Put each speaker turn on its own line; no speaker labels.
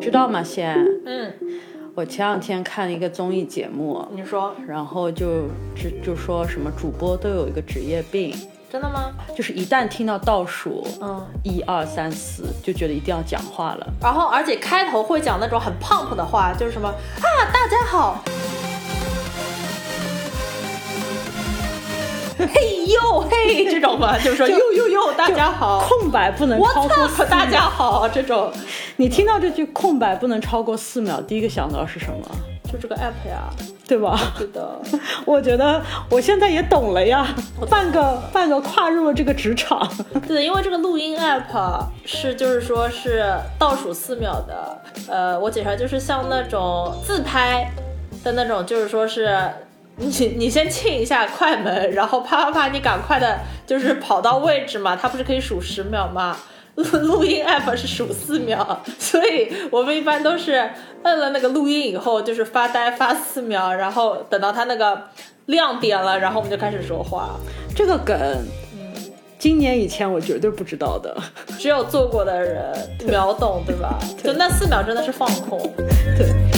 知道吗？先，
嗯，
我前两天看一个综艺节目，
你说
然后就就就说什么主播都有一个职业病，
真的吗？
就是一旦听到倒数，
嗯，
一二三四，就觉得一定要讲话了。
然后而且开头会讲那种很 pump 的话，就是什么啊，大家好，嘿呦嘿 这种嘛，就是说呦呦呦大家好
空白不能超
，What's
过四
up 大家
秒。
好这种，
你听到这句空白不能超过四秒，第一个想到是什么？
就这个 app 呀，
对吧？
是的，
我觉得我现在也懂了 呀，半个半个跨入了这个职场。
对，因为这个录音 app 是就是说是倒数四秒的，呃，我解释就是像那种自拍的那种，就是说是你你先亲一下快门，然后啪啪啪，你赶快的就是跑到位置嘛，它不是可以数十秒嘛。录录音 app 是数四秒，所以我们一般都是摁了那个录音以后，就是发呆发四秒，然后等到它那个亮点了，然后我们就开始说话。
这个梗，
嗯
今年以前我绝对不知道的。
只有做过的人秒懂，对吧？就那四秒真的是放空。
对。